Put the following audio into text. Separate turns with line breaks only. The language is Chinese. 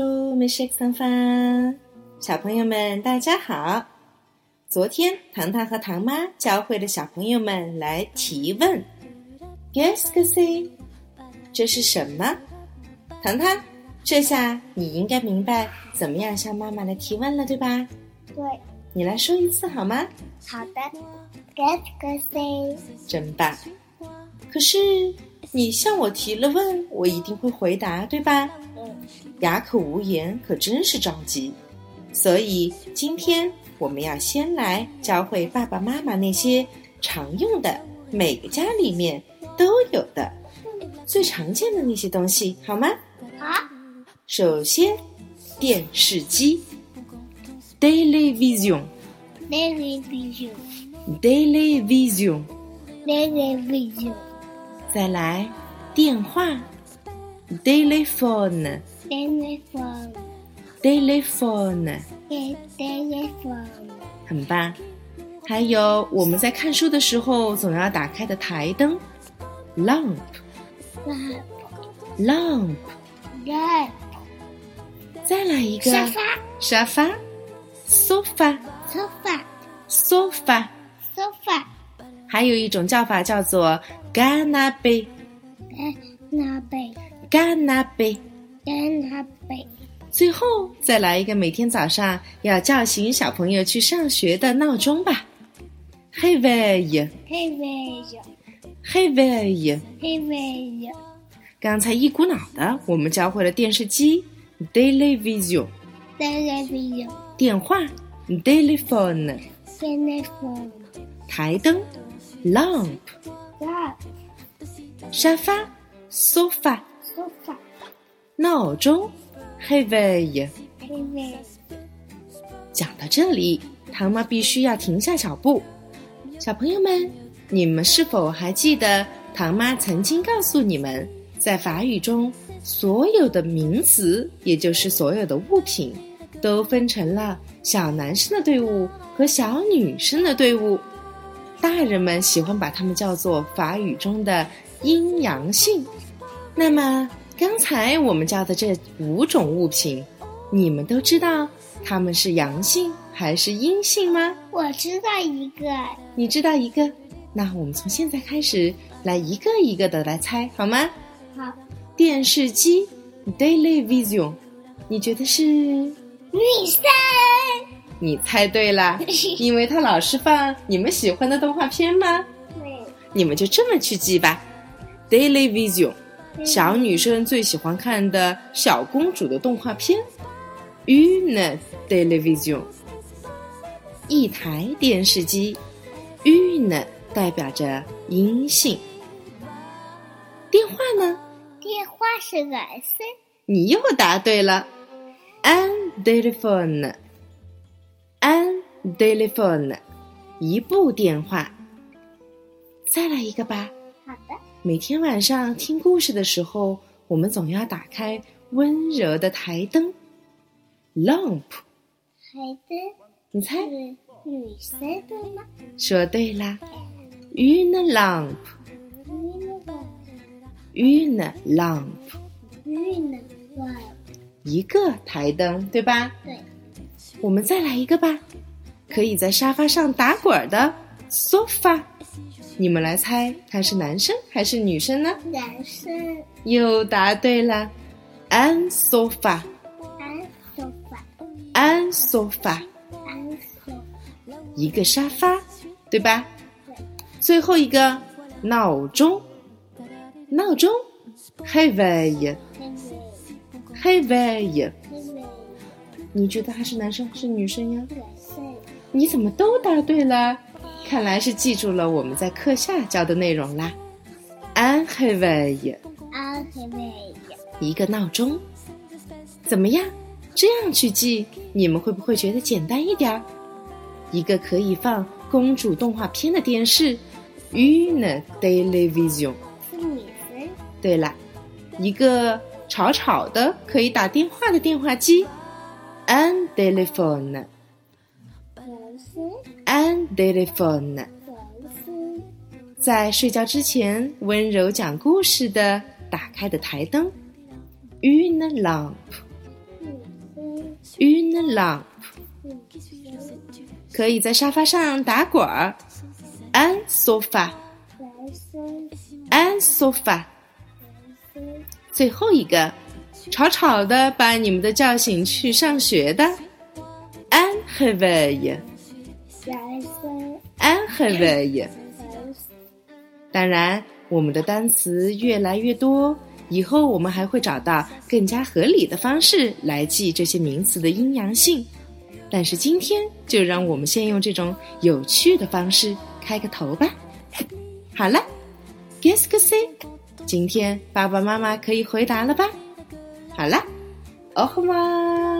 Mishik 糖糖，小朋友们大家好。昨天糖糖和糖妈教会了小朋友们来提问，Guess que c'est？这是什么？糖糖，这下你应该明白怎么样向妈妈来提问了，对吧？
对，
你来说一次好吗？
好的。Guess que c'est？
真棒！可是你向我提了问，我一定会回答，对吧？
嗯，
哑口无言，可真是着急。所以今天我们要先来教会爸爸妈妈那些常用的，每个家里面都有的、最常见的那些东西，好吗？
好。
首先，电视机 （television），television，
Television, television,
再来电话 （telephone）。
telephone,
telephone，
te- telephone,
很棒。还有我们在看书的时候总要打开的台灯，lamp
lamp,
lamp。
lamp,
再来一个
沙发
沙发，sofa
sofa,
sofa。
sofa,
还有一种叫法叫做 ganabe
nabe,
ganabe。
nabe,
最后再来一个每天早上要叫醒小朋友去上学的闹钟吧，réveil
television,
réveil。
television,
刚才一股脑的，我们教会了电视机 （television）、
television,
电话 （telephone）、
telephone,
台灯 （lamp）、
lamp,
沙发 （sofa）、
sofa,
闹钟 （réveil）。
television,
讲到这里，唐妈必须要停下脚步。小朋友们，你们是否还记得唐妈曾经告诉你们，在法语中，所有的名词，也就是所有的物品，都分成了小男生的队伍和小女生的队伍。大人们喜欢把它们叫做法语中的阴阳性。那么，刚才我们教的这五种物品，你们都知道它们是阳性还是阴性吗？
我知道一个
你知道一个，那我们从现在开始来一个一个的来猜，好吗？
好
电视机 （television），你觉得是？
女生，
你猜对了，因为它老是放你们喜欢的动画片吗？
对，
你们就这么去记吧。Television，小女生最喜欢看的小公主的动画片。Une television，一台电视机。Une 代表着阴性。电话呢？
电话是男生，
你又答对了。Un téléphone，un téléphone，一部电话。再来一个吧。
好的。
每天晚上听故事的时候，我们总要打开温柔的台灯，lamp。
孩子
你猜？
是女生对吗？
说对啦，une lampe，une
女的，
lampe，
女的，我
一个台灯，对吧？
对，
我们再来一个吧，可以在沙发上打滚儿的 sofa。你们来猜，它是男生还是女生呢？
男生
又答对了，un sofa，un
安手法，
sofa。
安手
一个沙发，对吧？
对
最后一个闹钟，闹钟，réveil，réveil。
妹妹，妹妹，
你觉得还是男生还是女生呀？
男生
你怎么都答对了？看来是记住了我们在课下教的内容啦。un réveil，
安妹妹，
一个闹钟，怎么样？这样去记，你们会不会觉得简单一点儿？一个可以放公主动画片的电视，une télévision。
是女生，
对了，一个吵吵的可以打电话的电话机，un téléphone。
男生，
un téléphone。
男生，
在睡觉之前温柔讲故事的打开的台灯，une lampe。
女生，
une lampe，
嗯
可以在沙发上打滚儿。un sofa，un
蓝森
sofa。
蓝森
最后一个，吵吵的把你们的叫醒去上学的。un réveil，un
蓝森
réveil。
蓝森
当然，我们的单词越来越多，以后我们还会找到更加合理的方式来记这些名词的阴阳性。但是今天就让我们先用这种有趣的方式开个头吧。好了 g u e s que c 今天爸爸妈妈可以回答了吧？好了，哦吼嘛。